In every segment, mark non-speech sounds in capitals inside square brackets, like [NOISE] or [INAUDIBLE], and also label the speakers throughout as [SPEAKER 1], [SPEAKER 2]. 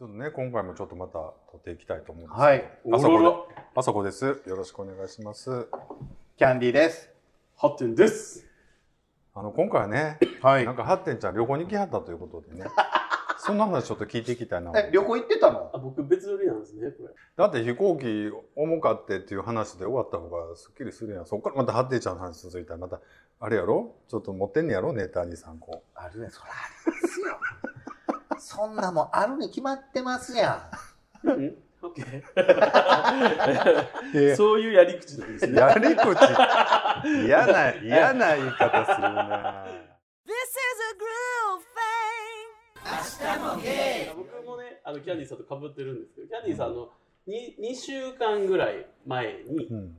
[SPEAKER 1] ょっとね、今回もちょっとまた撮っていきたいと思うんですけど。
[SPEAKER 2] は
[SPEAKER 1] あ
[SPEAKER 2] い。
[SPEAKER 3] お
[SPEAKER 1] そこ
[SPEAKER 3] ろ
[SPEAKER 1] で
[SPEAKER 3] ろ
[SPEAKER 1] あそこです。よろしくお願いします。
[SPEAKER 2] キャンディーです。
[SPEAKER 3] 発展です。
[SPEAKER 1] あの、今回はね、
[SPEAKER 2] はい
[SPEAKER 1] なんか、ハッテンちゃん旅行に来はったということ
[SPEAKER 2] [LAUGHS]
[SPEAKER 1] でね。そんな話ちょっと聞いていきたいな。
[SPEAKER 2] え、旅行行ってたの
[SPEAKER 3] あ、僕別撮りなんですね、これ。
[SPEAKER 1] だって飛行機重かってっていう話で終わった方がすっきりするやん。そっからまたハッテンちゃんの話続いたら、また、あれやろちょっと持ってんねやろネタに参考。
[SPEAKER 2] あるやん、そらありますよ。 [LAUGHS] そんなもんあるに決まってますや
[SPEAKER 3] うんオッケー [LAUGHS] そういうやり口なんですね。
[SPEAKER 1] [LAUGHS] やり口、嫌な、嫌な言い方する
[SPEAKER 2] [LAUGHS]
[SPEAKER 1] な
[SPEAKER 4] This is a groove thing.
[SPEAKER 3] 僕もね、あのキャンディーさんと被ってるんですけど、キャンディーさんあのに二週間ぐらい前に
[SPEAKER 1] うん。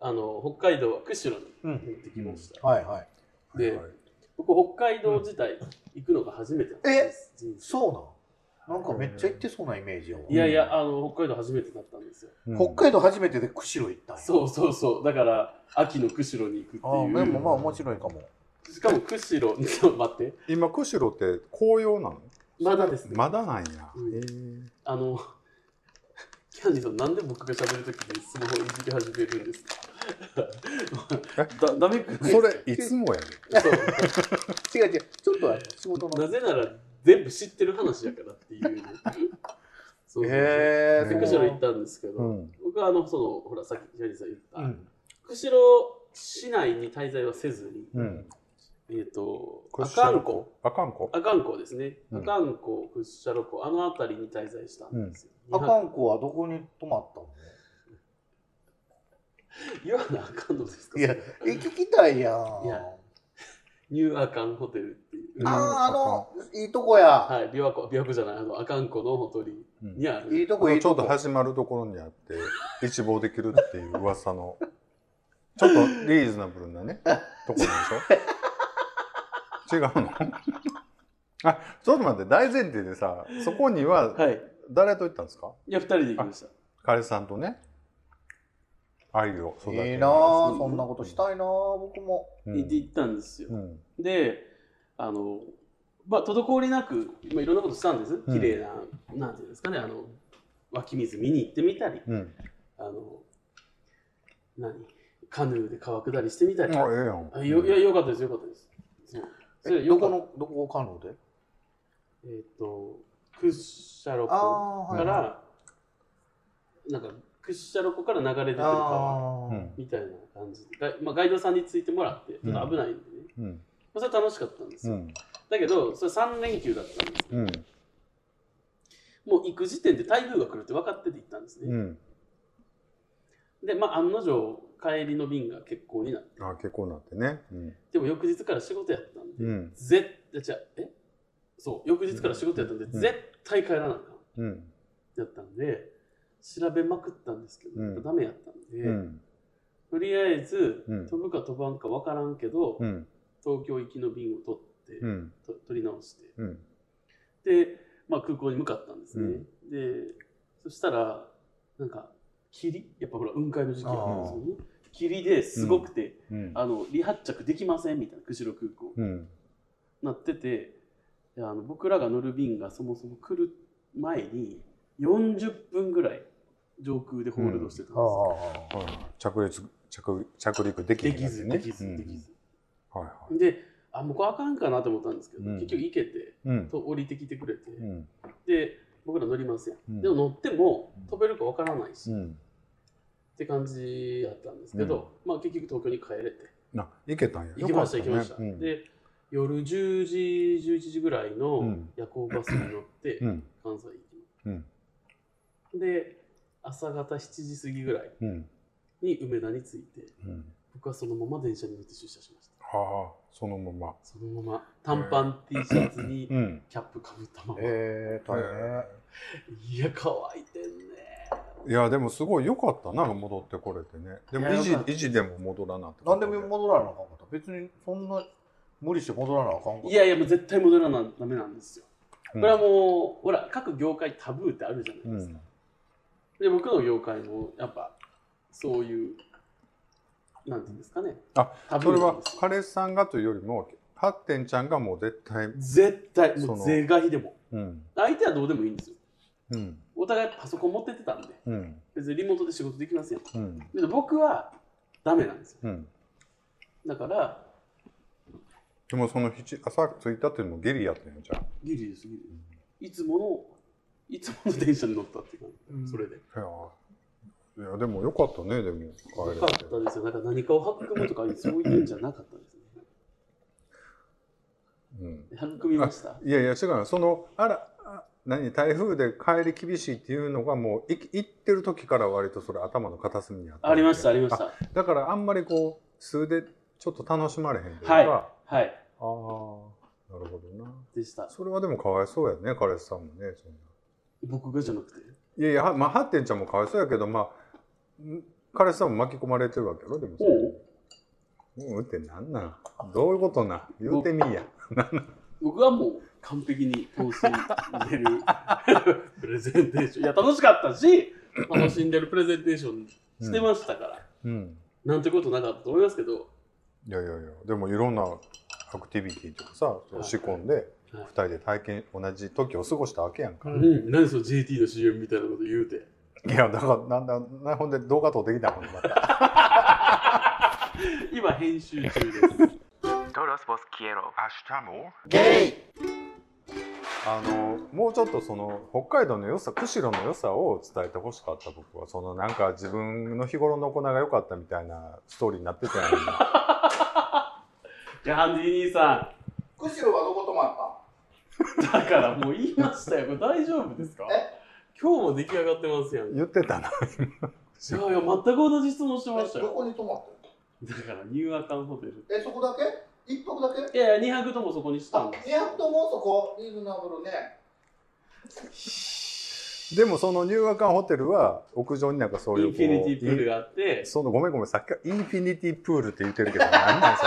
[SPEAKER 3] あの北海道は釧路
[SPEAKER 2] う
[SPEAKER 3] に
[SPEAKER 2] ん
[SPEAKER 3] 行ってきました。
[SPEAKER 2] ん。はいはい。
[SPEAKER 3] で
[SPEAKER 1] はいはい
[SPEAKER 3] 僕北海道自体行くのが初めてなんです。人生
[SPEAKER 2] そうなん。なんかめっちゃ行ってそうなイメージよ。
[SPEAKER 3] いやいや、あの北海道初めてだったんですよ。
[SPEAKER 1] うん
[SPEAKER 2] 北海道初めてで釧路行ったんや。
[SPEAKER 3] そうそうそう。だから秋の釧路に行くって
[SPEAKER 2] ああ、
[SPEAKER 3] い
[SPEAKER 2] でも
[SPEAKER 3] う。
[SPEAKER 2] まあ面白いかも。
[SPEAKER 3] しかも釧路、 [LAUGHS] ちょっと待って。
[SPEAKER 1] 今、釧路って紅葉なの
[SPEAKER 3] まだですね。
[SPEAKER 1] まだなんや。
[SPEAKER 3] うん
[SPEAKER 1] えー
[SPEAKER 3] あの、 [LAUGHS] キャンディさん、なんで僕が喋るときにスマホいじり始めるんですか [LAUGHS] だダメくない
[SPEAKER 1] それ、いつもやで。
[SPEAKER 3] そ
[SPEAKER 2] 違う違う、ちょっとあれ仕事 [LAUGHS]
[SPEAKER 3] うな
[SPEAKER 2] の。
[SPEAKER 3] ぜなら全部知ってる話やからっていう。そう
[SPEAKER 2] へ
[SPEAKER 1] ー
[SPEAKER 3] で釧路行ったんですけど、
[SPEAKER 1] うん。
[SPEAKER 3] 僕はあの、その、ほら、さっきキャンディさん言った、
[SPEAKER 2] うん。
[SPEAKER 3] 釧路市内に滞在はせずに、
[SPEAKER 1] うん。
[SPEAKER 3] えっ、と、
[SPEAKER 1] 釧
[SPEAKER 3] 阿
[SPEAKER 1] 路
[SPEAKER 3] 寒湖。
[SPEAKER 1] あかんこ
[SPEAKER 3] 阿寒湖ですね。
[SPEAKER 1] う
[SPEAKER 3] 阿
[SPEAKER 1] ん
[SPEAKER 3] 寒湖、屈斜路湖、あの辺りに滞在したんですよ。
[SPEAKER 2] 阿寒湖はどこに泊まったの
[SPEAKER 3] 言わなあかんのですか
[SPEAKER 2] いや、行ききたいやん。
[SPEAKER 3] いやニューアカンホテルっていう。
[SPEAKER 1] うん
[SPEAKER 2] ああ、あの、いいとこや。
[SPEAKER 3] はい、琵琶湖、琵琶湖じゃない、あの、阿寒湖のほとり
[SPEAKER 1] うん
[SPEAKER 3] にある。
[SPEAKER 2] いいとこ、いい
[SPEAKER 1] ちょ
[SPEAKER 2] と
[SPEAKER 1] うど
[SPEAKER 2] こ。
[SPEAKER 1] 始まるところにあって、一望できるっていう噂の、ちょっとリーズナブルなね、ところでしょ違うのあ、ちょっと待って、大前提でさ、そこには
[SPEAKER 3] はい。
[SPEAKER 1] 誰と行ったんですか
[SPEAKER 3] いや、二人で行きました。
[SPEAKER 1] 彼氏さんとね、愛を育てる
[SPEAKER 2] いいなあそんなことしたいなあ僕も。
[SPEAKER 1] うん
[SPEAKER 3] 行って行ったんですよ
[SPEAKER 1] う。ん
[SPEAKER 3] で、あの、まあ、滞りなく、まあ、いろんなことしたんです。綺麗な、なんていうんですかね、あの、湧き水見に行ってみたり、
[SPEAKER 1] うん。
[SPEAKER 3] あの、何カヌーで川下りしてみた
[SPEAKER 1] あ、ええ
[SPEAKER 3] り。
[SPEAKER 1] やん。
[SPEAKER 3] あよいや、よかったです、よかったです。そうそ
[SPEAKER 2] え
[SPEAKER 3] れ
[SPEAKER 2] ど
[SPEAKER 3] よ
[SPEAKER 2] こ
[SPEAKER 3] かった
[SPEAKER 2] の、どこカヌーで
[SPEAKER 3] えっと、クッシャロ
[SPEAKER 2] あ
[SPEAKER 3] 湖
[SPEAKER 2] あ、
[SPEAKER 3] から、なんか、クッシャロ湖から流れ出てる川。
[SPEAKER 2] あ
[SPEAKER 1] う
[SPEAKER 2] ー
[SPEAKER 1] ん。
[SPEAKER 3] みたいな感じで、ガイまあ、ガイドさんについてもらって、ちょっと危ないんでね、
[SPEAKER 1] うん。
[SPEAKER 3] まあそれ楽しかったんです
[SPEAKER 1] う
[SPEAKER 3] よ。
[SPEAKER 1] ん。
[SPEAKER 3] だけど、それ3連休だったんです
[SPEAKER 1] う
[SPEAKER 3] ね、
[SPEAKER 1] ん。
[SPEAKER 3] もう行く時点で台風が来るって分かってて行ったんです
[SPEAKER 1] う
[SPEAKER 3] ね。
[SPEAKER 1] ん。
[SPEAKER 3] で、まあ、案の定、帰りの便が欠航になって、
[SPEAKER 1] あ、結構なってね。うん。
[SPEAKER 3] でも翌日から仕事やったんで、
[SPEAKER 1] うん。
[SPEAKER 3] 絶対、違う、えそう、翌日から仕事やったんで、
[SPEAKER 1] ん
[SPEAKER 3] 絶対帰らなあかん
[SPEAKER 1] うん。
[SPEAKER 3] やったんで、調べまくったんですけど、
[SPEAKER 1] うん
[SPEAKER 3] やっぱダメやったんで、
[SPEAKER 1] うん。
[SPEAKER 3] とりあえず、
[SPEAKER 1] うん
[SPEAKER 3] 飛ぶか飛ばんか分からんけど、
[SPEAKER 1] うん。
[SPEAKER 3] 東京行きの便を取って、
[SPEAKER 1] うん。
[SPEAKER 3] と取り直して、
[SPEAKER 1] うん。
[SPEAKER 3] で、まあ、空港に向かったんですね、でそしたらなんか霧やっぱほら雲海の時期あるんですよね霧ですごくて、
[SPEAKER 1] うん。
[SPEAKER 3] あの離発着できませんみたいな釧路空港、
[SPEAKER 1] うん。
[SPEAKER 3] なっててであの僕らが乗る便がそもそも来る前に40分ぐらい上空でホールドしてたんです
[SPEAKER 2] あ
[SPEAKER 3] よ、
[SPEAKER 2] ー。
[SPEAKER 1] はいはい着陸着着陸でき
[SPEAKER 3] で
[SPEAKER 1] ひん
[SPEAKER 3] き
[SPEAKER 1] や
[SPEAKER 3] ず
[SPEAKER 1] つ
[SPEAKER 3] できずできず、
[SPEAKER 1] うんはいはい。
[SPEAKER 3] であもうこれあかんかなと思ったんですけど、
[SPEAKER 1] うん
[SPEAKER 3] 結局行けて
[SPEAKER 1] うん。
[SPEAKER 3] と降りてきてくれて、
[SPEAKER 1] うん。
[SPEAKER 3] で僕ら乗りますやん、
[SPEAKER 1] うん
[SPEAKER 3] でも乗っても飛べるかわからないし、
[SPEAKER 1] う
[SPEAKER 3] っ
[SPEAKER 1] ん。
[SPEAKER 3] て感じやったんですけど、まあ、結局東京に帰れて
[SPEAKER 1] な行けたんや。
[SPEAKER 3] 行きました
[SPEAKER 1] よ
[SPEAKER 3] 行き
[SPEAKER 1] かっ
[SPEAKER 3] ました、
[SPEAKER 1] ねうん
[SPEAKER 3] で夜10時11時ぐらいの
[SPEAKER 1] うん
[SPEAKER 3] 夜行バスに乗って
[SPEAKER 1] うん。
[SPEAKER 3] 関西行き
[SPEAKER 1] う
[SPEAKER 3] ま
[SPEAKER 1] ん
[SPEAKER 3] した、で朝方7時過ぎぐらい
[SPEAKER 1] うん。
[SPEAKER 3] に梅田に着いて
[SPEAKER 1] うん。
[SPEAKER 3] 僕はそのまま電車に乗って出社しました
[SPEAKER 1] はあそのまま。
[SPEAKER 3] そのまま短パン T シャツに
[SPEAKER 1] うん。
[SPEAKER 3] キャップかぶったまま、
[SPEAKER 2] えー、大変。
[SPEAKER 3] いや乾いてんね
[SPEAKER 1] いやでもすごい良かったな戻ってこれてね。でも
[SPEAKER 3] いや
[SPEAKER 1] 維持
[SPEAKER 3] 良かった
[SPEAKER 1] 維持でも戻らなってこ
[SPEAKER 2] なん
[SPEAKER 1] と
[SPEAKER 2] で
[SPEAKER 1] で。
[SPEAKER 2] 戻らなあかんかった別にそんな無理して戻らなあかんかった
[SPEAKER 3] いやいや、もう絶対戻らなダメなんですよ。
[SPEAKER 1] う
[SPEAKER 3] こ
[SPEAKER 1] ん
[SPEAKER 3] れはもう、ほら、各業界タブーってあるじゃないですか。で、僕の業界も、やっぱ、そういう、なんていうんですかね。
[SPEAKER 1] あ、
[SPEAKER 3] タ
[SPEAKER 1] うん。それ
[SPEAKER 3] なん
[SPEAKER 1] は
[SPEAKER 3] ですよ
[SPEAKER 1] 彼氏さんがというよりもハッテンちゃんがもう絶対。
[SPEAKER 3] 絶対、
[SPEAKER 1] そ
[SPEAKER 3] も
[SPEAKER 1] の
[SPEAKER 3] う、是が非でも。
[SPEAKER 1] うん。
[SPEAKER 3] 相手はどうでもいいんですよ。
[SPEAKER 1] ううん
[SPEAKER 3] お互いパソコン持ってってたんで、
[SPEAKER 1] うん
[SPEAKER 3] 別にリモートで仕事できませんよ。
[SPEAKER 1] うん
[SPEAKER 3] けど僕はダメなんですよ。
[SPEAKER 1] うん
[SPEAKER 3] だから、
[SPEAKER 1] でもその七朝着いたっていうのもゲリやってんのじゃん
[SPEAKER 3] ギリです、ギリ。いつもの、いつもの電車に乗ったっていう感じ、
[SPEAKER 2] うん
[SPEAKER 3] それで。
[SPEAKER 1] いやいやでもよかったねでも
[SPEAKER 3] よ
[SPEAKER 1] 帰
[SPEAKER 3] か
[SPEAKER 1] れ
[SPEAKER 3] ったですよ。なんか何かを育むとか、そういうんじゃなかったですね。
[SPEAKER 1] うん、
[SPEAKER 3] 育みました。
[SPEAKER 1] いやいや違うよそのあらあ何台風で帰り厳しいっていうのがもうい行ってる時から割とそれ頭の片隅にあった
[SPEAKER 3] ありました、ありまし
[SPEAKER 1] あ
[SPEAKER 3] た。
[SPEAKER 1] だからあんまりこう素でちょっと楽しまれへんというか、
[SPEAKER 3] はい
[SPEAKER 1] あ
[SPEAKER 3] はい。
[SPEAKER 1] あーなるほどな
[SPEAKER 3] でした。
[SPEAKER 1] それはでもかわいそうやね彼氏さんもねそんな
[SPEAKER 3] 僕がじゃなくて。
[SPEAKER 1] いやいや、はまあ、ハッテンちゃんもかわいそうやけど、まあ、ん彼氏さんも巻き込まれてるわけやろ、でもそれ。うん、ってなんなんどういうことなん言うてみいや。
[SPEAKER 3] 僕はもう完璧に楽しんでる [LAUGHS] プレゼンテーション。いや、楽しかったし、楽しんでるプレゼンテーションしてましたから、
[SPEAKER 1] うん。
[SPEAKER 3] なんてことなかったと思いますけど、
[SPEAKER 1] いやいやいや、でもいろんなアクティビティとかさ、
[SPEAKER 3] はい
[SPEAKER 1] 仕込んで、
[SPEAKER 3] はい
[SPEAKER 1] 二人で体験、同じ時を過ごしたわけやんか。
[SPEAKER 2] う
[SPEAKER 3] うんん、何その JT の CM みたいなこと言うて。
[SPEAKER 1] いや、だから、なんだ、なほんで動画撮ってきたもん、また。
[SPEAKER 3] 今、編集 [LAUGHS] 中です。
[SPEAKER 5] Todos vos quiero.
[SPEAKER 1] 明日もあのもうちょっとその北海道の良さ釧路の良さを伝えてほしかった僕はそのなんか自分の日頃の行いが良かったみたいなストーリーになってたやん
[SPEAKER 3] いや、ハンディ兄さ
[SPEAKER 2] 釧路はどこ泊まった
[SPEAKER 3] ん、だからもう言いましたよ。これ大丈夫ですか
[SPEAKER 2] え
[SPEAKER 3] 今日も出来上がってますやん。い
[SPEAKER 1] 言ってたない
[SPEAKER 3] やいや、全く同じ質問してました
[SPEAKER 2] えど
[SPEAKER 3] よ。
[SPEAKER 2] こに泊まった
[SPEAKER 3] だから、ニューアカンホテル。
[SPEAKER 2] え、そこだけ一泊だけ
[SPEAKER 3] いやいや、2泊ともそこにした
[SPEAKER 2] あ
[SPEAKER 3] んで、す。
[SPEAKER 2] 二泊ともそこ、リーズナブルね。
[SPEAKER 1] でもそのニューアカンホテルは屋上になんかそういう
[SPEAKER 3] インフィニティプール
[SPEAKER 1] が
[SPEAKER 3] があって、
[SPEAKER 1] そのごめんごめんさっきからインフィニティプールって言ってるけど何なんそ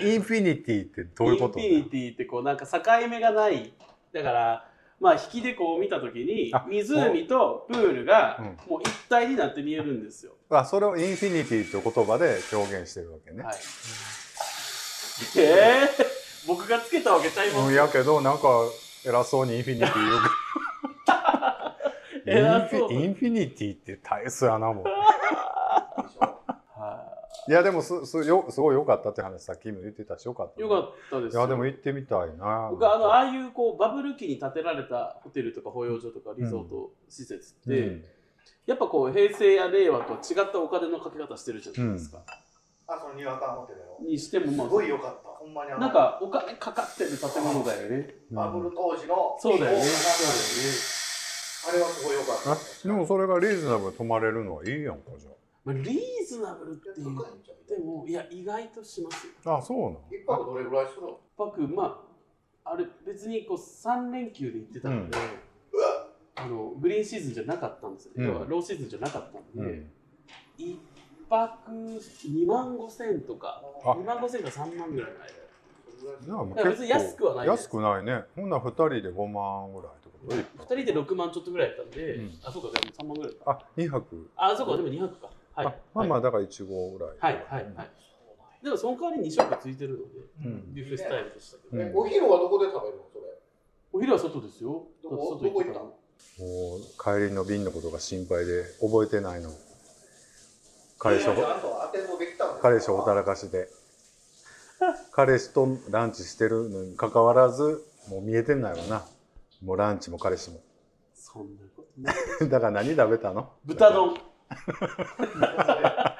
[SPEAKER 3] [LAUGHS]
[SPEAKER 1] れインフィニティってどういうこと
[SPEAKER 3] インフィニティってこうなんか境目がないだからまあ引きでこう見た時に
[SPEAKER 1] あ
[SPEAKER 3] 湖とプールがもう一体になって見えるんですよ、
[SPEAKER 1] あそれをインフィニティという言葉で表現してるわけね、
[SPEAKER 3] はいええ僕がつけたわけちゃいま
[SPEAKER 1] うん、
[SPEAKER 3] す
[SPEAKER 1] いやけどなんか偉そうにインフィニティ言うイン
[SPEAKER 3] [LAUGHS] 偉
[SPEAKER 1] フ
[SPEAKER 3] そう
[SPEAKER 1] ィインフィニティって大切やなもう
[SPEAKER 2] でしょ
[SPEAKER 3] はい
[SPEAKER 1] やでもすすよすごい良かったって話さっきも言ってたし良かった、
[SPEAKER 3] いよか
[SPEAKER 1] っ
[SPEAKER 3] ったです
[SPEAKER 1] いやでも
[SPEAKER 3] い
[SPEAKER 1] 行ってみたいな
[SPEAKER 3] 僕あのああいうこうバブル期に建てられたホテルとか保養所とかリゾート施設って、
[SPEAKER 1] うん
[SPEAKER 3] やっぱこう平成や令和とは違ったお金のかけ方してるじゃないですか、
[SPEAKER 2] あ、そのにわかホテルよ。
[SPEAKER 3] にしても
[SPEAKER 2] す
[SPEAKER 3] まあ
[SPEAKER 2] ごい良かった。ほんまにあの
[SPEAKER 3] なんかお金かかってる建物だよね。
[SPEAKER 2] バブル当時の。
[SPEAKER 3] そうだよね。
[SPEAKER 2] あれはすごい良かった。
[SPEAKER 1] あでもそれがリーズナブルに泊まれるのはいいやんかじ
[SPEAKER 3] まあ、リーズナブルって言っ
[SPEAKER 2] 高いんちゃ
[SPEAKER 3] ても、いや、意外としますよ。
[SPEAKER 1] ゃああそうなの
[SPEAKER 2] う一泊どれぐらいするの
[SPEAKER 3] 一泊、まあ、あれ、別にこう3連休で行ってたので、あのグリーンシーズンじゃなかったんですよ、
[SPEAKER 1] うん
[SPEAKER 3] 要はローシーズンじゃなかったん
[SPEAKER 1] う
[SPEAKER 3] で、
[SPEAKER 1] ん
[SPEAKER 3] 一泊2万5千とか、
[SPEAKER 1] あ
[SPEAKER 3] 2万5千から3万ぐらいの間。
[SPEAKER 1] じゃあもう
[SPEAKER 3] だから別に安くはないです
[SPEAKER 1] 安くないねほんなら2人で5万ぐらいってこと
[SPEAKER 3] 2人で6万ちょっとぐらいだったんで、
[SPEAKER 1] うん
[SPEAKER 3] あ、そうか、でも3万ぐらいか。
[SPEAKER 1] あ2泊
[SPEAKER 3] あ、そうか、でも2泊か。はい。
[SPEAKER 1] あまあまあだから1号ぐらい
[SPEAKER 3] はい、はい、はいはい。でも、その代わり2食ついてるので、
[SPEAKER 1] うん
[SPEAKER 3] ビュッフェスタイルでしたけど。
[SPEAKER 1] うん
[SPEAKER 2] えお昼はどこで食べるのそれ。
[SPEAKER 3] お昼は外ですよ。
[SPEAKER 2] どこ
[SPEAKER 3] だって外て
[SPEAKER 2] どこ
[SPEAKER 1] もう帰りの便のことが心配で覚えてないの彼氏
[SPEAKER 2] ち
[SPEAKER 1] と
[SPEAKER 2] ゃんとアテンドできたの
[SPEAKER 1] 彼氏をほったらかし
[SPEAKER 3] [LAUGHS]
[SPEAKER 1] で彼氏とランチしてるのに関わらずもう見えてないわなもうランチも彼氏も [LAUGHS]
[SPEAKER 3] そんなことない。
[SPEAKER 1] だから何食べたの
[SPEAKER 3] 豚丼、
[SPEAKER 2] あ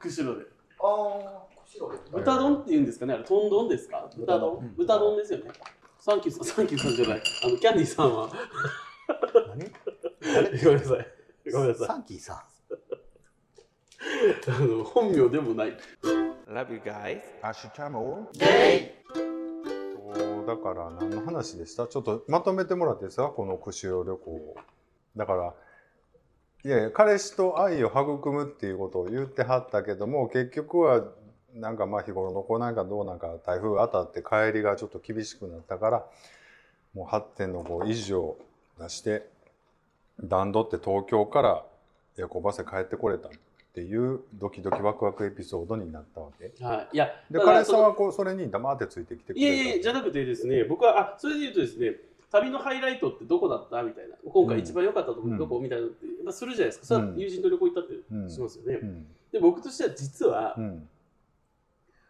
[SPEAKER 3] 釧路で。
[SPEAKER 2] あー、釧路
[SPEAKER 1] は
[SPEAKER 2] で。
[SPEAKER 1] い
[SPEAKER 3] 豚丼って言うんですかね、あれ、豚丼ですか豚
[SPEAKER 1] 豚丼う
[SPEAKER 3] 丼
[SPEAKER 1] ん
[SPEAKER 3] 豚丼ですよね。サンキューさん、サンキューさんじゃない。あの、キャンディーさんは、 [LAUGHS] ごめんなさい。ごめんなさ
[SPEAKER 2] ンキーさん。
[SPEAKER 3] い。あの、本名でもない。
[SPEAKER 5] Love you guys.
[SPEAKER 1] 明日もそうだから何の話でしたちょっとまとめてもらっていいですかこの釧路旅行だからいやいや彼氏と愛を育むっていうことを言ってはったけども結局はなんかまあ日頃の子なんかどうなんか台風当たって帰りがちょっと厳しくなったからもう8.5以上出して段取って東京から夜行バスで帰ってこれたっていうドキドキワクワクエピソードになったわけ。
[SPEAKER 3] はい。いや、
[SPEAKER 1] で
[SPEAKER 3] だから
[SPEAKER 1] 彼氏さんはこうそれに黙ってついてきてくれ
[SPEAKER 3] い
[SPEAKER 1] た
[SPEAKER 3] やいやじゃなくてですね、僕は、あ、それで言うとですね、旅のハイライトってどこだったみたいな、今回一番良かったと
[SPEAKER 1] う
[SPEAKER 3] こ
[SPEAKER 1] ん
[SPEAKER 3] どこみたいなのって、やっぱするじゃないですか。それは友人と旅行行ったって
[SPEAKER 1] うん
[SPEAKER 3] しますよね。
[SPEAKER 1] うん
[SPEAKER 3] で、僕としては実は、
[SPEAKER 1] うん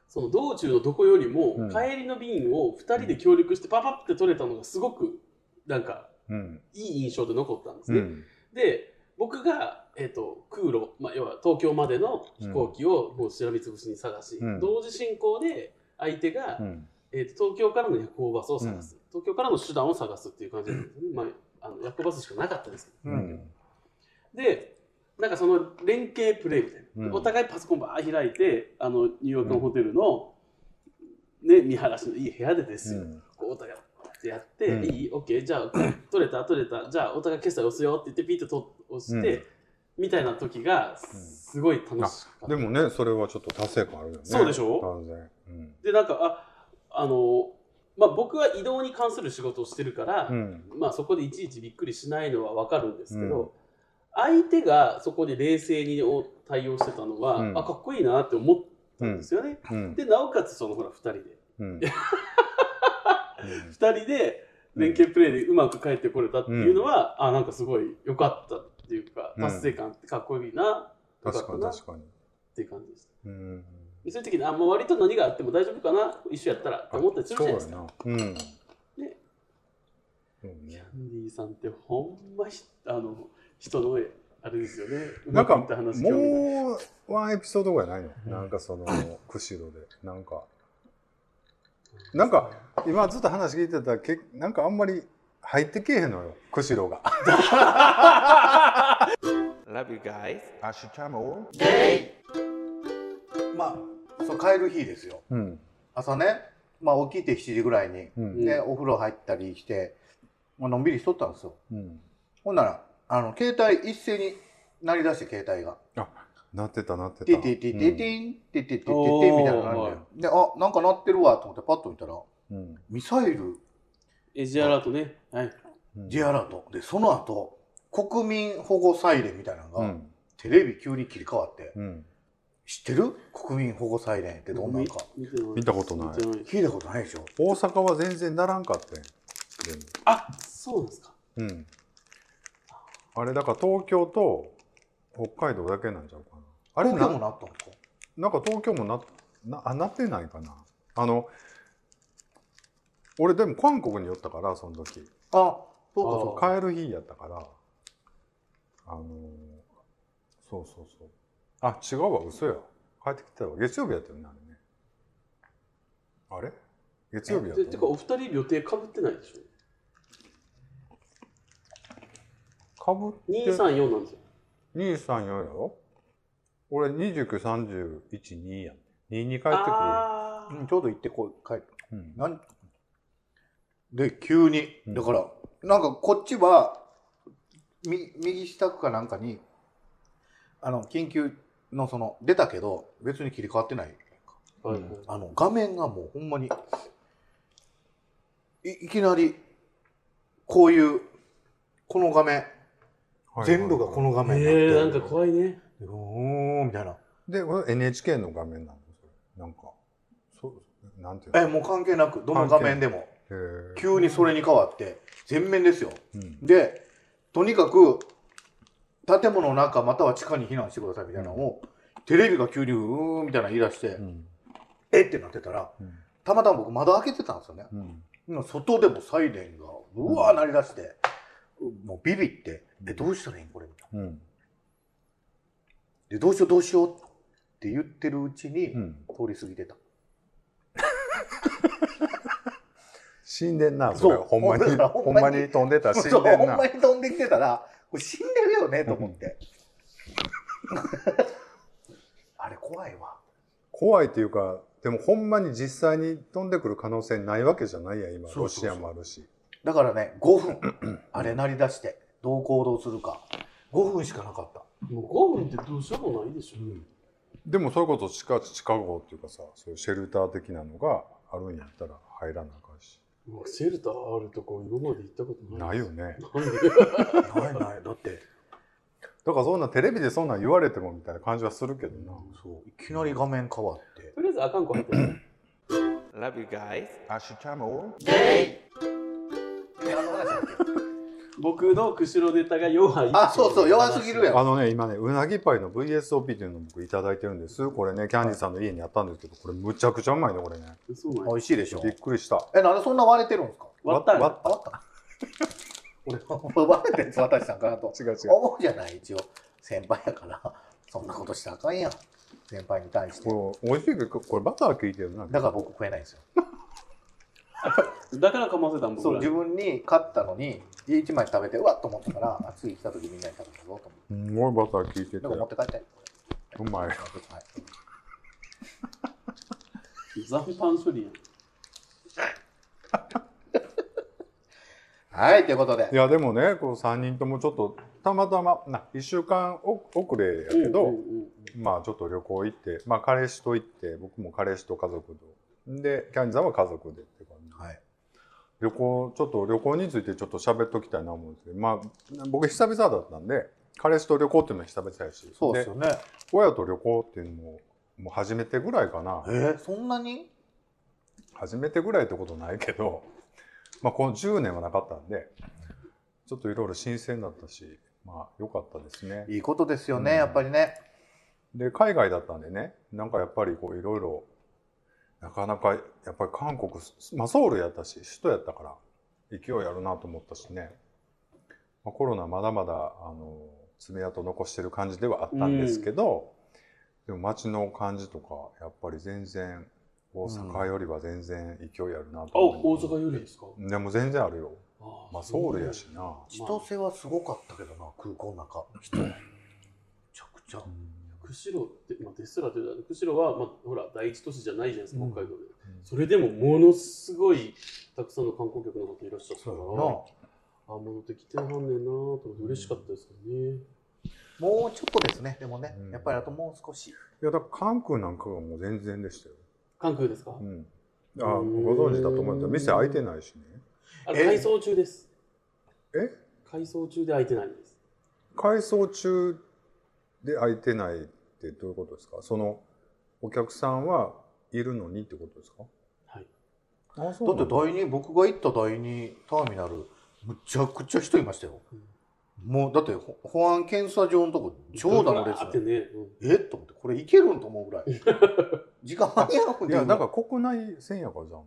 [SPEAKER 3] その道中のどこよりも、
[SPEAKER 1] うん
[SPEAKER 3] 帰りの便を2人で協力してパパって取れたのがすごく、なんか、
[SPEAKER 1] うん
[SPEAKER 3] いい印象で残ったんです
[SPEAKER 1] う
[SPEAKER 3] ね。
[SPEAKER 1] ん
[SPEAKER 3] で、僕が、えっと空路、まあ、要は東京までの飛行機をもうしらみつぶしに探し、
[SPEAKER 1] うん
[SPEAKER 3] 同時進行で相手が、
[SPEAKER 1] うん
[SPEAKER 3] えー、と東京からの夜行バスを探す、東京からの手段を探すっていう感じなんですね、まあ、あの夜行バスしかなかったんですけ
[SPEAKER 1] う
[SPEAKER 3] ど、
[SPEAKER 1] ん
[SPEAKER 3] でなんかその連携プレイみたいな、
[SPEAKER 1] うん
[SPEAKER 3] お互いパソコンばー開いてあのニューヨークのホテルの、ね、見晴らしのいい部屋でですよ、こうお互いってやって、
[SPEAKER 1] うん
[SPEAKER 3] いい ?OK じゃあ取れた取れたじゃあお互い決済押すよって言ってピッとと押して、みたいな時がすごい楽しかった、
[SPEAKER 1] でもねそれはちょっと達成感あるよね
[SPEAKER 3] そうでしょ
[SPEAKER 1] 完全
[SPEAKER 3] でなんかああのまあ僕は移動に関する仕事をしてるから、
[SPEAKER 1] うんうん
[SPEAKER 3] まあ、そこでいちいちびっくりしないのは分かるんですけど、相手がそこで冷静に対応してたのは、
[SPEAKER 1] うん
[SPEAKER 3] あかっこいいなって思ったんですよね。
[SPEAKER 1] うん
[SPEAKER 3] でなおかつそのほら2人で
[SPEAKER 1] うん
[SPEAKER 3] [LAUGHS] 2人で連携プレーでうまく帰ってこれたっていうのは、あなんかすごい良かったっていうか
[SPEAKER 1] うん
[SPEAKER 3] 達成感ってかっこいいな、良
[SPEAKER 1] 確か
[SPEAKER 3] った
[SPEAKER 1] に
[SPEAKER 3] なっ
[SPEAKER 1] 確かに
[SPEAKER 3] ていう感じでした。
[SPEAKER 1] うん
[SPEAKER 3] でそういう時にあ、まあ、割と何があっても大丈夫かな一緒やったらって思ったりするじゃないですか。
[SPEAKER 1] あそうやなうん
[SPEAKER 3] ね
[SPEAKER 1] そう
[SPEAKER 3] キャ
[SPEAKER 1] ね
[SPEAKER 3] ンディーさんってほんまひあの人のあれですよね。
[SPEAKER 1] なんか
[SPEAKER 3] うまくいった話興味ない
[SPEAKER 1] もうワンエピソードぐらいないの、
[SPEAKER 2] うん
[SPEAKER 1] なんかその釧路でなんかなんか今ずっと話聞いてたらけなんかあんまり入ってけえへんのよ釧路が
[SPEAKER 5] Love you guys.
[SPEAKER 2] まあ、その帰る日ですよ。
[SPEAKER 1] うん
[SPEAKER 2] 朝ね、まあ起きて7時ぐらいに、
[SPEAKER 1] うん
[SPEAKER 2] ね、お風呂入ったりして、まあのんびりしとったんですよ。
[SPEAKER 1] うん
[SPEAKER 2] ほんなら、あの、携帯一斉に鳴り出して、携帯が。
[SPEAKER 1] なってたなってた
[SPEAKER 2] ティティティティティン、ティティティティティンみたいなのがあるんだよ。で、あ、なんか鳴ってるわと思ってパッと見たら、
[SPEAKER 1] うん
[SPEAKER 2] ミサイル
[SPEAKER 3] J アラートね。はい。
[SPEAKER 1] うん
[SPEAKER 2] J アラート。で、その後、国民保護サイレンみたいなの
[SPEAKER 1] う
[SPEAKER 2] が、
[SPEAKER 1] ん
[SPEAKER 2] テレビ急に切り替わって、
[SPEAKER 1] うん
[SPEAKER 2] 知ってる国民保護サイレンってどんなんか。
[SPEAKER 3] 見てない
[SPEAKER 1] 見たことない
[SPEAKER 3] 見てない
[SPEAKER 2] 聞いたことないでしょ
[SPEAKER 1] 大阪は全然ならんかったんで
[SPEAKER 3] あ、そうなんですか。
[SPEAKER 1] もうんあれだから東京と北海道だけなんちゃうかなあ
[SPEAKER 2] あれ
[SPEAKER 1] れ
[SPEAKER 2] も
[SPEAKER 1] な
[SPEAKER 2] なったのか。
[SPEAKER 1] なんか東京もななあなってないかなあの俺でも韓国に寄ったからその時
[SPEAKER 2] あ、そうかそうか。
[SPEAKER 1] 帰る日やったからあのーそうそうそうあ違うわ嘘や帰ってきてたわ月曜日やったよねあれねあれ月曜日やっ
[SPEAKER 3] でてか
[SPEAKER 1] た
[SPEAKER 3] お二人予定かぶってないでしょ。
[SPEAKER 1] かぶって
[SPEAKER 3] 二三四なんですよ。
[SPEAKER 1] 234やろ俺293112やん22帰ってくる
[SPEAKER 3] あ
[SPEAKER 2] うん、ちょうど行ってこう帰って。
[SPEAKER 1] うん
[SPEAKER 2] なんで、急に。
[SPEAKER 1] うん
[SPEAKER 2] だから、なんかこっちは、み右下かなんかに、あの、緊急のその、出たけど、別に切り替わってない。
[SPEAKER 3] あ。はいはい。
[SPEAKER 2] あの、画面がもうほんまに、いいきなり、こういう、この画面、
[SPEAKER 1] はい
[SPEAKER 2] 全部がこの画面になって
[SPEAKER 3] え
[SPEAKER 2] る
[SPEAKER 3] ー、なんか怖いね。
[SPEAKER 2] うーん、みたいな。
[SPEAKER 1] で、これ NHK の画面なのそれなんか、そう、なんていうの
[SPEAKER 2] え、もう関係なく、どの画面でも、
[SPEAKER 1] へー
[SPEAKER 2] 急にそれに変わって、全面ですよ。
[SPEAKER 1] うん
[SPEAKER 2] で、とにかく、建物の中または地下に避難してくださいみたいなのを、テレビが急にうーんみたいなの言い出して、
[SPEAKER 1] うん
[SPEAKER 2] えってなってたら、
[SPEAKER 1] うん
[SPEAKER 2] たまたま僕窓開けてたんですよね。
[SPEAKER 1] うん
[SPEAKER 2] 外でもサイレンが、うわー鳴り出して、もうビビって、え、どうしたらいいんこれみたい
[SPEAKER 1] うん
[SPEAKER 2] な。で、どうしようどうしようって言ってるうちに、
[SPEAKER 1] うん
[SPEAKER 2] 通り過ぎてた。
[SPEAKER 1] 死んでんな、それ。
[SPEAKER 2] そう
[SPEAKER 1] ほんまに、
[SPEAKER 2] ほ
[SPEAKER 1] ほ
[SPEAKER 2] ん
[SPEAKER 1] ん
[SPEAKER 2] ま
[SPEAKER 1] ま
[SPEAKER 2] に
[SPEAKER 1] に飛んでた、死ん
[SPEAKER 2] そう
[SPEAKER 1] でん
[SPEAKER 2] ほん
[SPEAKER 1] な
[SPEAKER 2] ま。に飛んできてたら、これ死んでるよねと思って。 [LAUGHS] あれ怖いわ。
[SPEAKER 1] 怖いっていうか、でもほんまに実際に飛んでくる可能性ないわけじゃないやん、今。
[SPEAKER 2] そう
[SPEAKER 1] ロ
[SPEAKER 2] そうそう
[SPEAKER 1] シアもあるし。
[SPEAKER 2] だからね、5分、あれ鳴り出して、どう行動するか。5分しかなかった。
[SPEAKER 3] もう五分ってどうしようもないでしょ。
[SPEAKER 1] でもそういうこと、地下、地下壕っていうかさ、そういうシェルター的なのがあるんやったら入らなあかんし。
[SPEAKER 3] うわシェルターあるとこ今まで行った [LAUGHS] ことない。
[SPEAKER 1] ないよ。ね。
[SPEAKER 3] ないよ。
[SPEAKER 2] ないない。だって、
[SPEAKER 1] だからそんなテレビでそんなん言われてもみたいな感じはするけどな。
[SPEAKER 2] そう、いきなり画面変わって。
[SPEAKER 3] とりあえずあかんこ入ってる。
[SPEAKER 5] Love you guys.
[SPEAKER 2] え何の話だっけ
[SPEAKER 3] 僕の釧路ネタが弱いってい
[SPEAKER 2] あそうそう弱すぎるやろ
[SPEAKER 1] あのね、今ね、うなぎパイの VSOP っていうのを僕いただいてるんです。これね、キャンディさんの家にあったんですけど、これむちゃくちゃうまいね、これね。
[SPEAKER 3] そうなんや
[SPEAKER 2] 美味しいでしょ
[SPEAKER 1] びっくりした。
[SPEAKER 2] えなんでそんな割れてるんですか
[SPEAKER 3] 割ったんや
[SPEAKER 1] 割
[SPEAKER 2] あ割った [LAUGHS] 俺は割れてるやつ渡したんかなと
[SPEAKER 1] 違う違う。
[SPEAKER 2] 思うじゃない一応先輩やからそんなことしたらあかんやん先輩に対して
[SPEAKER 1] これ、美味しいけど、これバター効いてるな。
[SPEAKER 2] だから僕食えないんですよ
[SPEAKER 3] だからかませたん僕
[SPEAKER 2] そう
[SPEAKER 3] ら
[SPEAKER 2] 自分に勝ったのに1枚食べてうわっと思ったから次来た時みんなに食べたぞと思って
[SPEAKER 1] すんごいバター効いてて、
[SPEAKER 2] なんか持っ
[SPEAKER 1] う
[SPEAKER 2] て帰ったよこ
[SPEAKER 1] まい。
[SPEAKER 2] れはい
[SPEAKER 3] 残飯処理やん
[SPEAKER 2] はい、ということで
[SPEAKER 1] い。やでもねこう3人ともちょっとたまたまな1週間お遅れやけど、
[SPEAKER 3] うんうんうん
[SPEAKER 1] まあちょっと旅行行ってまあ彼氏と行って僕も彼氏と家族とでキャンディさんは家族でって感じ、
[SPEAKER 2] はい
[SPEAKER 1] 旅行ちょっと旅行についてちょっと喋っときたいな思うんですけどまあ僕久々だったんで彼氏と旅行っていうのは久々やし
[SPEAKER 2] そうですよね。
[SPEAKER 1] 親と旅行っていうのももう初めてぐらいかな
[SPEAKER 2] えー、そんなに
[SPEAKER 1] 初めてぐらいってことないけど、まあ、この10年はなかったんでちょっといろいろ新鮮だったしまあ良かったですね
[SPEAKER 2] いいことですよね、
[SPEAKER 1] うん
[SPEAKER 2] やっぱりね。
[SPEAKER 1] で海外だったんでねなんかやっぱりこういろいろなかなかやっぱり韓国、まあ、ソウルやったし首都やったから勢いあるなと思ったしね、まあ、コロナまだまだあの爪痕残してる感じではあったんですけど、でも街の感じとかやっぱり全然大阪よりは全然勢いあるな
[SPEAKER 3] あ
[SPEAKER 1] と
[SPEAKER 3] 大
[SPEAKER 1] います
[SPEAKER 3] 阪よりですか
[SPEAKER 1] でも全然あるよ。
[SPEAKER 3] あ
[SPEAKER 1] まあソウルやしな。
[SPEAKER 2] 千歳はすごかったけどな、空港の中。人。めちゃくちゃ。
[SPEAKER 3] 釧路って、まあ、ですらというか釧路は、まあ、ほら第一都市じゃないじゃないですか、
[SPEAKER 2] うん
[SPEAKER 3] 北海道でそれでもものすごいたくさんの観光客の方いらっしゃったから
[SPEAKER 2] なも
[SPEAKER 3] あ戻ってきてはんねんなと思って嬉しかったですけどね
[SPEAKER 2] うちょっとですね、でもね
[SPEAKER 1] うん、
[SPEAKER 2] やっぱりあともう少し。
[SPEAKER 1] いやだから関空なんかがもう全然でしたよ。
[SPEAKER 3] 関空ですか、
[SPEAKER 1] うん。あご存知だと思うんだけど店開いてないしね。
[SPEAKER 3] あ
[SPEAKER 2] え
[SPEAKER 3] れ改装中です
[SPEAKER 1] え
[SPEAKER 3] 改装中で空いてないんです
[SPEAKER 1] 改装中で開いてないってどういうことですか。そのお客さんはいるのにってことですか。
[SPEAKER 3] はい
[SPEAKER 1] あ
[SPEAKER 2] だ
[SPEAKER 1] そう
[SPEAKER 2] って
[SPEAKER 1] なんだ
[SPEAKER 2] 第二、僕が行った第二ターミナル、むちゃくちゃ人いましたよ
[SPEAKER 3] うん。
[SPEAKER 2] もう、だってほ保安検査場のとこ、長蛇の
[SPEAKER 3] あって
[SPEAKER 2] 列。
[SPEAKER 3] ね、うん
[SPEAKER 2] えっと思って、これいけるんと思うぐらい。 [LAUGHS] 時間間に合うん
[SPEAKER 1] い
[SPEAKER 2] だ
[SPEAKER 1] や
[SPEAKER 2] よ。
[SPEAKER 1] だから国内線やからじゃん。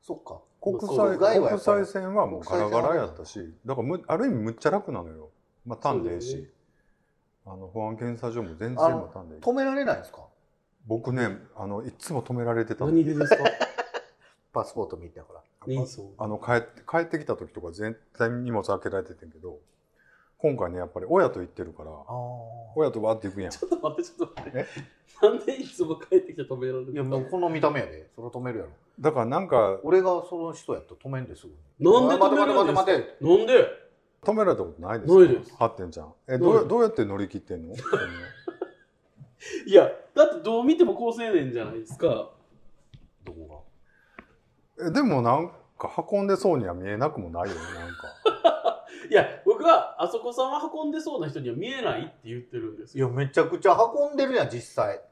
[SPEAKER 2] そっか。
[SPEAKER 1] 国
[SPEAKER 3] まあそう
[SPEAKER 1] 際
[SPEAKER 2] 国外はや
[SPEAKER 1] 国
[SPEAKER 2] っぱり
[SPEAKER 1] 際線はもうガラガラやったし、だからむある意味むっちゃ楽なのよ。まあ単でええ
[SPEAKER 3] そう
[SPEAKER 1] し、
[SPEAKER 3] です
[SPEAKER 1] あの保安検査場も全然
[SPEAKER 2] あの
[SPEAKER 1] まあ単でええ
[SPEAKER 2] 止められないんですか
[SPEAKER 1] 僕ねあのいつも止められてたの
[SPEAKER 3] 何で
[SPEAKER 2] [LAUGHS]
[SPEAKER 3] ですか
[SPEAKER 2] パスポート見てほら。
[SPEAKER 3] 人相
[SPEAKER 1] あの帰って帰ってきた時とか絶対荷物開けられててんけど今回ねやっぱり親と行ってるから
[SPEAKER 2] ああ。
[SPEAKER 1] 親とわーって行くやん
[SPEAKER 3] ちょっと待ってちょっと待ってなんでいつも帰ってきて止められる
[SPEAKER 2] いや、もうこの見た目やで。それ止めるやろ。
[SPEAKER 1] だからなんか
[SPEAKER 2] 俺がその人やったら止めんですぐに。
[SPEAKER 3] なんで止めるんですか
[SPEAKER 2] おい待て待て待て待て。
[SPEAKER 3] なんで
[SPEAKER 1] 止められたことないです
[SPEAKER 3] ないです
[SPEAKER 1] はってんちゃんえどう
[SPEAKER 3] な
[SPEAKER 1] や
[SPEAKER 3] い
[SPEAKER 1] どうやって乗り切って
[SPEAKER 3] [LAUGHS]
[SPEAKER 1] んのその
[SPEAKER 3] いやだってどう見ても高青年じゃないですか
[SPEAKER 2] どこ
[SPEAKER 1] えでもなんか運んでそうには見えなくもないよねなんか
[SPEAKER 3] いや僕はあそこさんは運んでそうな人には見えないって言ってるんです
[SPEAKER 2] がいや、
[SPEAKER 3] よ
[SPEAKER 2] めちゃくちゃ運んでるやん、実際。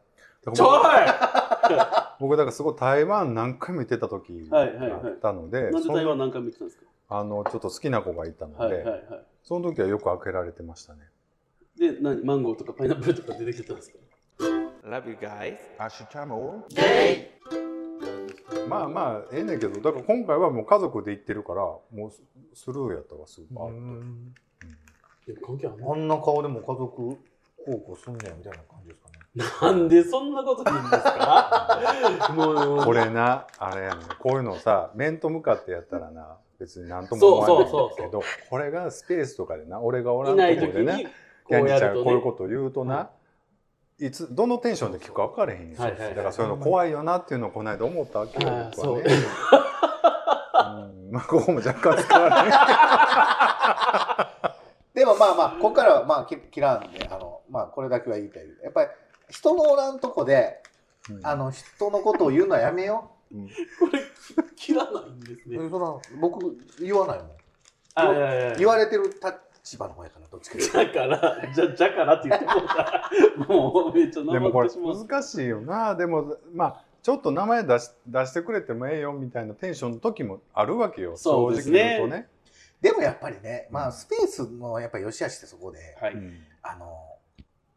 [SPEAKER 1] だ
[SPEAKER 3] ち
[SPEAKER 1] か
[SPEAKER 3] ょい
[SPEAKER 1] ら僕僕だからすごい台湾何回も行ってた時があ
[SPEAKER 3] はいはいはい
[SPEAKER 1] ったので、
[SPEAKER 3] なんで台
[SPEAKER 1] そ
[SPEAKER 3] 湾
[SPEAKER 1] の
[SPEAKER 3] 何回も行ってたんですか
[SPEAKER 1] あのちょっと好きな子がいたので、
[SPEAKER 3] はいはいはい
[SPEAKER 1] その時はよく開けられてましたね
[SPEAKER 3] で何マンゴーとかパイナップルとか出てきてたんですか
[SPEAKER 5] Love you guys.
[SPEAKER 1] まあまあええねんけどだから今回はもう家族で行ってるからもうススルーやったわすぐパーッと
[SPEAKER 3] いや関係あん
[SPEAKER 2] あんな顔でも家族孝行すんねや、みたいな感じですかね。
[SPEAKER 3] のなんでそんなこと言うんです
[SPEAKER 1] [LAUGHS]
[SPEAKER 3] かもう
[SPEAKER 1] これなあれやねんこういうのさ面と向かってやったらな別になんとも
[SPEAKER 3] そう
[SPEAKER 1] 思わないん
[SPEAKER 3] そうそう
[SPEAKER 1] けどこれがスペースとかでな俺がおら
[SPEAKER 3] い
[SPEAKER 1] ん
[SPEAKER 3] ない
[SPEAKER 1] と
[SPEAKER 3] 時
[SPEAKER 1] こでね
[SPEAKER 3] にこ
[SPEAKER 1] ヤ
[SPEAKER 3] う
[SPEAKER 1] ニちゃん
[SPEAKER 3] や
[SPEAKER 1] が
[SPEAKER 3] ると
[SPEAKER 1] こう
[SPEAKER 3] ね
[SPEAKER 1] いうこと言うとな、いつどのテンションで聞くか分からへんやん、
[SPEAKER 3] はいはいはい
[SPEAKER 1] だからそういうの怖いよなっていうのをこの間思ったわけよ
[SPEAKER 3] ああ
[SPEAKER 1] 僕はね。うんまあここも若干使われへ
[SPEAKER 3] [LAUGHS]
[SPEAKER 1] ん
[SPEAKER 2] でもまあまあ、ここからはまあ、き切らんで、あの、まあ、これだけは言いたいけど。やっぱり、人のおらんとこで、
[SPEAKER 1] うん
[SPEAKER 2] あの、人のことを言うのはやめよ
[SPEAKER 1] うん
[SPEAKER 3] これ切らないんです
[SPEAKER 2] う。
[SPEAKER 3] ね
[SPEAKER 2] そら、僕、言わないもん。
[SPEAKER 3] あいやいやいや
[SPEAKER 2] 言われてる立場の方やから、どっちか [LAUGHS] というと
[SPEAKER 3] だからじゃじゃからって言ってもうたもうめっちゃ
[SPEAKER 1] でもこ
[SPEAKER 3] 生っ
[SPEAKER 1] れ
[SPEAKER 3] てしまう
[SPEAKER 1] 難しいよなでもまあちょっと名前出し出してくれてもええよみたいなテンションの時もあるわけよ
[SPEAKER 3] そうですね
[SPEAKER 1] 正直言うとね
[SPEAKER 2] でもやっぱりね、まあスペースのやっぱ良し悪しってそこで、
[SPEAKER 3] はい。
[SPEAKER 1] うん
[SPEAKER 2] あの、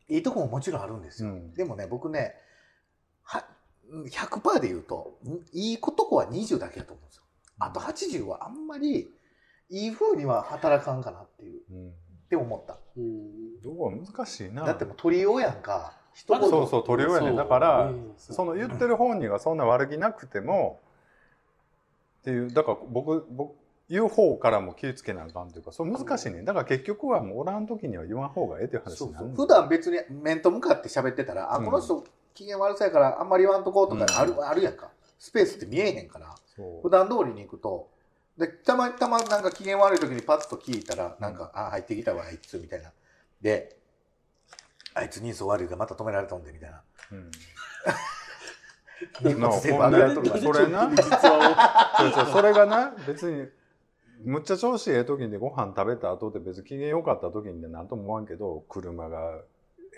[SPEAKER 2] いいとこももちろんあるんですよ。
[SPEAKER 1] うん
[SPEAKER 2] でもね、僕ね、は、100%で言うと、んいいとこは20だけだと思うんですよ。あと80はあんまり、いい風には働かんかなっていう、
[SPEAKER 1] うん
[SPEAKER 2] って思った。
[SPEAKER 3] うん
[SPEAKER 1] どこ難しいな
[SPEAKER 2] だってもう鳥用やんか。一
[SPEAKER 3] まあ
[SPEAKER 2] 言
[SPEAKER 1] そうそう鳥親やね
[SPEAKER 3] そう
[SPEAKER 1] だから、
[SPEAKER 3] うん
[SPEAKER 1] その言ってる本人がそんな悪気なくてもっていうだから僕僕言う方からも気ぃつけなあかんというかそれ難しいねだから結局はもうおらん時には言わん方がええっていう話
[SPEAKER 2] そう
[SPEAKER 1] にな
[SPEAKER 2] そ
[SPEAKER 1] る
[SPEAKER 2] うん
[SPEAKER 1] だ
[SPEAKER 2] 普段別に面と向かって喋ってたら、あ、
[SPEAKER 1] うん
[SPEAKER 2] この人機嫌悪そうやからあんまり言わんとこうとかある,、あるやんか。スペースって見えへんから、
[SPEAKER 1] そう
[SPEAKER 2] 普段通りに行くと、で、たまたまなんか機嫌悪い時にパッと聞いたら、なんか、あ、入ってきたわ、あいつ、みたいな。で、あいつ人相悪いからまた止められたんで、みたいな。 [LAUGHS]
[SPEAKER 1] うん
[SPEAKER 2] 荷
[SPEAKER 1] なあ
[SPEAKER 2] 物全部
[SPEAKER 1] ほんで
[SPEAKER 2] 上げとるから
[SPEAKER 1] それな
[SPEAKER 3] 実は、
[SPEAKER 1] そうそうそれがな別にむっちゃ調子ええ時にご飯食べた後で別に機嫌良かった時になんとも思わんけど車が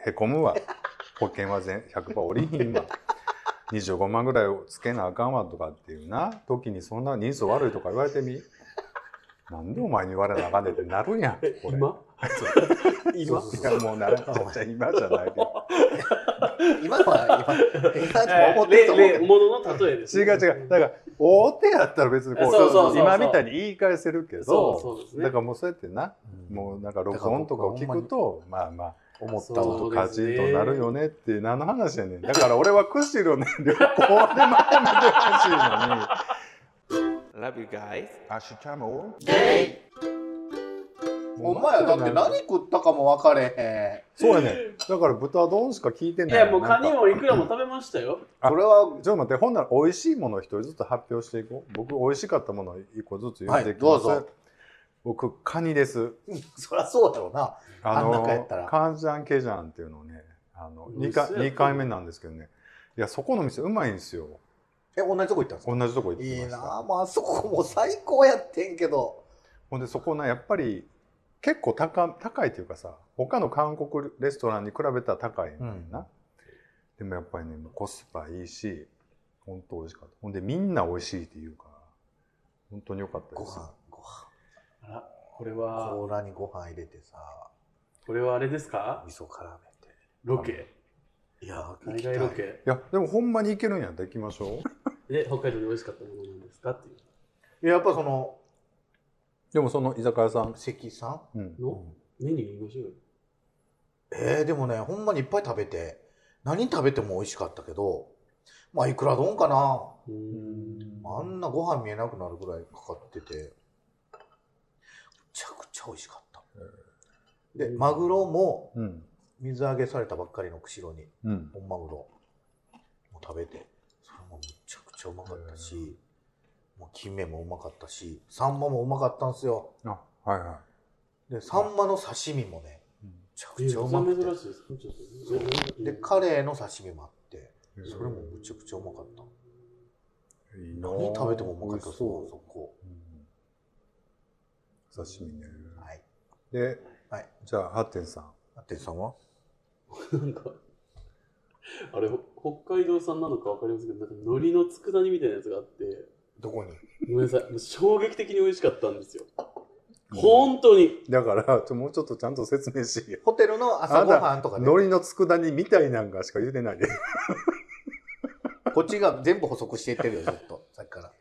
[SPEAKER 1] へこ
[SPEAKER 3] [LAUGHS]
[SPEAKER 1] むわ保険は全100%降りひんわ25万ぐらいをつけなあかんわとかっていうな時にそんな人相悪いとか言われてみなんでお前に言われなあかんねんってなるやんこれ
[SPEAKER 3] 今今
[SPEAKER 1] いやもうならちゃっちゃ今じゃないけど
[SPEAKER 2] 今は、今、今でも思ってる
[SPEAKER 3] 例
[SPEAKER 2] と思うけ
[SPEAKER 3] 例
[SPEAKER 2] ど
[SPEAKER 3] ものの例えです
[SPEAKER 1] 違う
[SPEAKER 3] ね。
[SPEAKER 1] 違うだから大手やったら別にこう
[SPEAKER 3] そうそうそうそう
[SPEAKER 1] 今みたいに言い返せるけど
[SPEAKER 3] そうそうですね
[SPEAKER 1] だからもうそうやってなもうなんか録音とかを聞くとまあまあ
[SPEAKER 2] 思った
[SPEAKER 3] そう
[SPEAKER 2] わ。
[SPEAKER 1] カチンとなるよねって何の話やねんだから俺は釧路ね [LAUGHS] 旅行でまとめてほしいのに
[SPEAKER 5] Love you guys.
[SPEAKER 1] 明日も
[SPEAKER 2] お前はだって何食ったかも分かれへ
[SPEAKER 1] そうやねんだから豚丼しか聞いて
[SPEAKER 3] い
[SPEAKER 1] ない
[SPEAKER 3] や、もう
[SPEAKER 1] な
[SPEAKER 3] カ
[SPEAKER 1] んか
[SPEAKER 3] ニもいくらも食べましたよ。
[SPEAKER 2] ん。
[SPEAKER 1] あ
[SPEAKER 2] それは、
[SPEAKER 1] ちょっと待ってほんなら美味しいものを一人ずつ発表していこう僕美味しかったものを一個ずつ言っていきます、
[SPEAKER 2] はいどうぞ
[SPEAKER 1] 僕カニです
[SPEAKER 2] そりゃそうだろうな。
[SPEAKER 1] あ
[SPEAKER 2] あん中や
[SPEAKER 1] の
[SPEAKER 2] ったら
[SPEAKER 1] カンジャンケジャンっていうのをねあの
[SPEAKER 3] うん
[SPEAKER 1] 2, 回
[SPEAKER 3] 嘘やろ
[SPEAKER 1] 2回目なんですけどねいやそこの店うまいんですよ
[SPEAKER 2] え、同じとこ行ったんですか
[SPEAKER 1] 同じとこ行ってきま
[SPEAKER 2] い
[SPEAKER 1] し
[SPEAKER 2] い
[SPEAKER 1] た
[SPEAKER 2] なあもうあそこも最高やってんけど。
[SPEAKER 1] ほんでそこなやっぱり結構高高いというかさ他の韓国レストランに比べたら高いんだよな、でもやっぱりねもうコスパいいし本当美味しかったほんでみんな美味しいって言うから本当に良かった
[SPEAKER 2] ご
[SPEAKER 1] です
[SPEAKER 2] 飯、ご飯。
[SPEAKER 3] あら、これは、
[SPEAKER 2] 甲羅にご飯入れてさ、
[SPEAKER 3] これはあれですか
[SPEAKER 2] 味噌絡め
[SPEAKER 3] ロケ。
[SPEAKER 2] て。いや、
[SPEAKER 3] 海外ロケ。
[SPEAKER 1] いやでもほんまに行けるんやったら行きまし
[SPEAKER 2] [LAUGHS]
[SPEAKER 1] ょう
[SPEAKER 3] で、北海道で美味しかったものなんですかってい
[SPEAKER 2] やっぱその、
[SPEAKER 1] でもその居酒屋さん、
[SPEAKER 2] 関さん
[SPEAKER 1] うん
[SPEAKER 3] う、のメニュー言いましょうよ。
[SPEAKER 2] えー、でもね、ほんまにいっぱい食べて、何食べても美味しかったけど、まあ、いくら丼かな。
[SPEAKER 3] うーん
[SPEAKER 2] あんなご飯見えなくなるぐらいかかってて、めちゃくちゃ美味しかった。で、マグロも
[SPEAKER 1] うん
[SPEAKER 2] 水揚げされたばっかりの釧路に。
[SPEAKER 1] うん、
[SPEAKER 2] 本マグロも食べてそれもめちゃくちゃうまかったし、もう金目もうまかったしサンマもうまかったんですよ
[SPEAKER 1] あはいは
[SPEAKER 2] でサンマの刺身もね
[SPEAKER 1] い、
[SPEAKER 2] めちゃ
[SPEAKER 3] え
[SPEAKER 2] くちゃうま
[SPEAKER 3] そんな
[SPEAKER 2] く
[SPEAKER 3] 珍
[SPEAKER 2] て
[SPEAKER 3] しいですね。ちょっと
[SPEAKER 2] でカレーの刺身もあってそれもむちゃくちゃうまかった
[SPEAKER 1] いいな
[SPEAKER 2] 何食べてもうまかったです
[SPEAKER 1] そ
[SPEAKER 2] そこ
[SPEAKER 1] うん、刺身ね
[SPEAKER 2] はい
[SPEAKER 1] で、
[SPEAKER 2] はい
[SPEAKER 1] じゃあハッテンさん
[SPEAKER 2] あてさんは
[SPEAKER 3] なんか、 [LAUGHS] あれ、ほ北海道産なのかわかりますけど、なんか海苔の佃煮みたいなやつがあって、
[SPEAKER 2] どこに
[SPEAKER 3] ごめんなさい、もう衝撃的に美味しかったんですよ。本当に。
[SPEAKER 1] だから、ちょもうちょっとちゃんと説明しよう。
[SPEAKER 2] ホテルの朝ごはんとか
[SPEAKER 1] 海
[SPEAKER 2] で
[SPEAKER 1] 苔の佃煮みたいなんかしか言うてないで。
[SPEAKER 2] こっちが全部補足していってるよずっとさっきから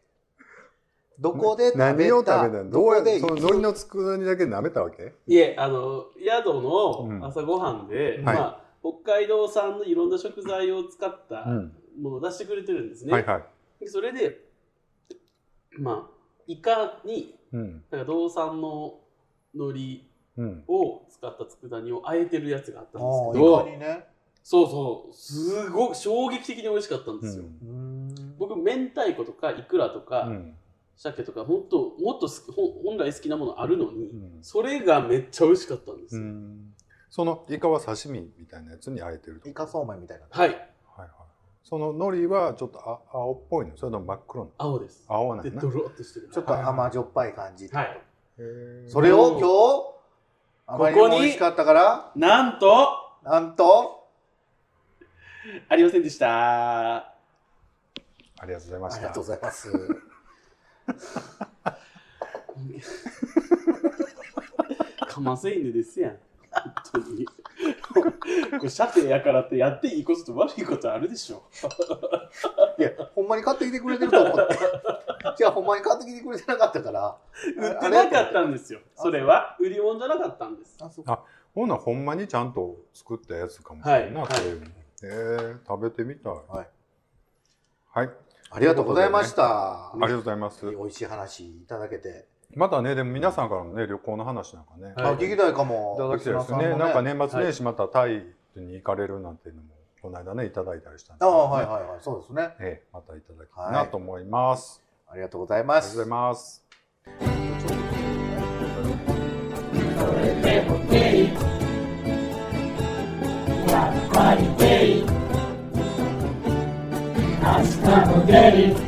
[SPEAKER 2] どこで食べた
[SPEAKER 1] 何を食べたの
[SPEAKER 2] ど
[SPEAKER 1] どうや
[SPEAKER 2] こ
[SPEAKER 1] っ
[SPEAKER 2] で
[SPEAKER 1] て、
[SPEAKER 2] いつ
[SPEAKER 1] その海苔の佃煮だけ舐めたわけ
[SPEAKER 3] いえ、あの、宿
[SPEAKER 1] うん
[SPEAKER 3] の朝ごはん
[SPEAKER 2] は
[SPEAKER 3] で、
[SPEAKER 2] い
[SPEAKER 3] まあ、北海道産のいろんな食材を使った
[SPEAKER 1] ん。
[SPEAKER 3] ものを出してくれてるんですね。
[SPEAKER 1] はいはい。
[SPEAKER 3] でそれで、まあ、イカに、
[SPEAKER 1] うん。
[SPEAKER 3] なんか道産の海苔
[SPEAKER 1] うん。
[SPEAKER 3] を使った佃煮をあえてるやつがあったんです
[SPEAKER 2] あ
[SPEAKER 3] け
[SPEAKER 2] あ
[SPEAKER 3] ど、
[SPEAKER 2] いかにね
[SPEAKER 3] そうそう、すごく衝撃的に美味しかったんですよ。
[SPEAKER 2] うーん
[SPEAKER 3] 僕、明太子とかイクラとか、
[SPEAKER 1] うん。
[SPEAKER 3] 鮭とか、もっともっと好きほ本来好きなものあるのに、
[SPEAKER 1] うん
[SPEAKER 3] それがめっちゃ美味しかったんです
[SPEAKER 1] う
[SPEAKER 3] よ。
[SPEAKER 1] ん。そのイカは刺身みたいなやつにあえてると。
[SPEAKER 2] イカそうめんみたいな
[SPEAKER 3] はい、
[SPEAKER 1] はいはい。その海苔はちょっとあ青っぽいのそれとも真っ黒の
[SPEAKER 3] 青です。
[SPEAKER 1] 青はな
[SPEAKER 3] で、
[SPEAKER 1] いな
[SPEAKER 3] ド。ロッとしてる。
[SPEAKER 2] ちょっと甘じょっぱい感じ。
[SPEAKER 3] はい。
[SPEAKER 1] へー
[SPEAKER 2] それを今日、あまりにも美味しかったから、
[SPEAKER 3] なんと、
[SPEAKER 2] なんと、
[SPEAKER 3] ありませんでした。
[SPEAKER 1] ありがとうございま
[SPEAKER 2] あ
[SPEAKER 1] し
[SPEAKER 2] り
[SPEAKER 1] た。
[SPEAKER 2] がとうございます。
[SPEAKER 3] かませ犬ですやん。本当に。これ、射程やからってやっていいことと悪いことあるでしょ。
[SPEAKER 2] いや、ほんまに買ってきてくれてると思って。 [LAUGHS] じゃあ、ほんまに買ってきてくれてなかったから。
[SPEAKER 3] 売ってなかったんですよ。それは。売り物じゃなかったんです。
[SPEAKER 2] あ、そう
[SPEAKER 1] かほんならほんまにちゃんと作ったやつかもしれんな、
[SPEAKER 3] はい
[SPEAKER 1] これも。えー、食べてみたい。
[SPEAKER 2] はい。
[SPEAKER 1] はい。
[SPEAKER 2] ありがとうございました。
[SPEAKER 1] ありがとうございます。
[SPEAKER 2] 美味しい話いただけて。
[SPEAKER 1] またね、でも皆さんからのね、旅行の話なんかね、
[SPEAKER 3] はい
[SPEAKER 2] あ、聞きたいかも。
[SPEAKER 1] いただきたいですよね。なんか。年末年始またタイに行かれるなんていうのも、この間ね、いただいたりしたんで、
[SPEAKER 2] ああ、はいはいはい。そうですね。
[SPEAKER 1] ええ、またいただきたいなと思います。
[SPEAKER 2] ありがとうございま
[SPEAKER 1] ありが
[SPEAKER 2] す
[SPEAKER 1] とうござい。ます。
[SPEAKER 6] Hasta poder.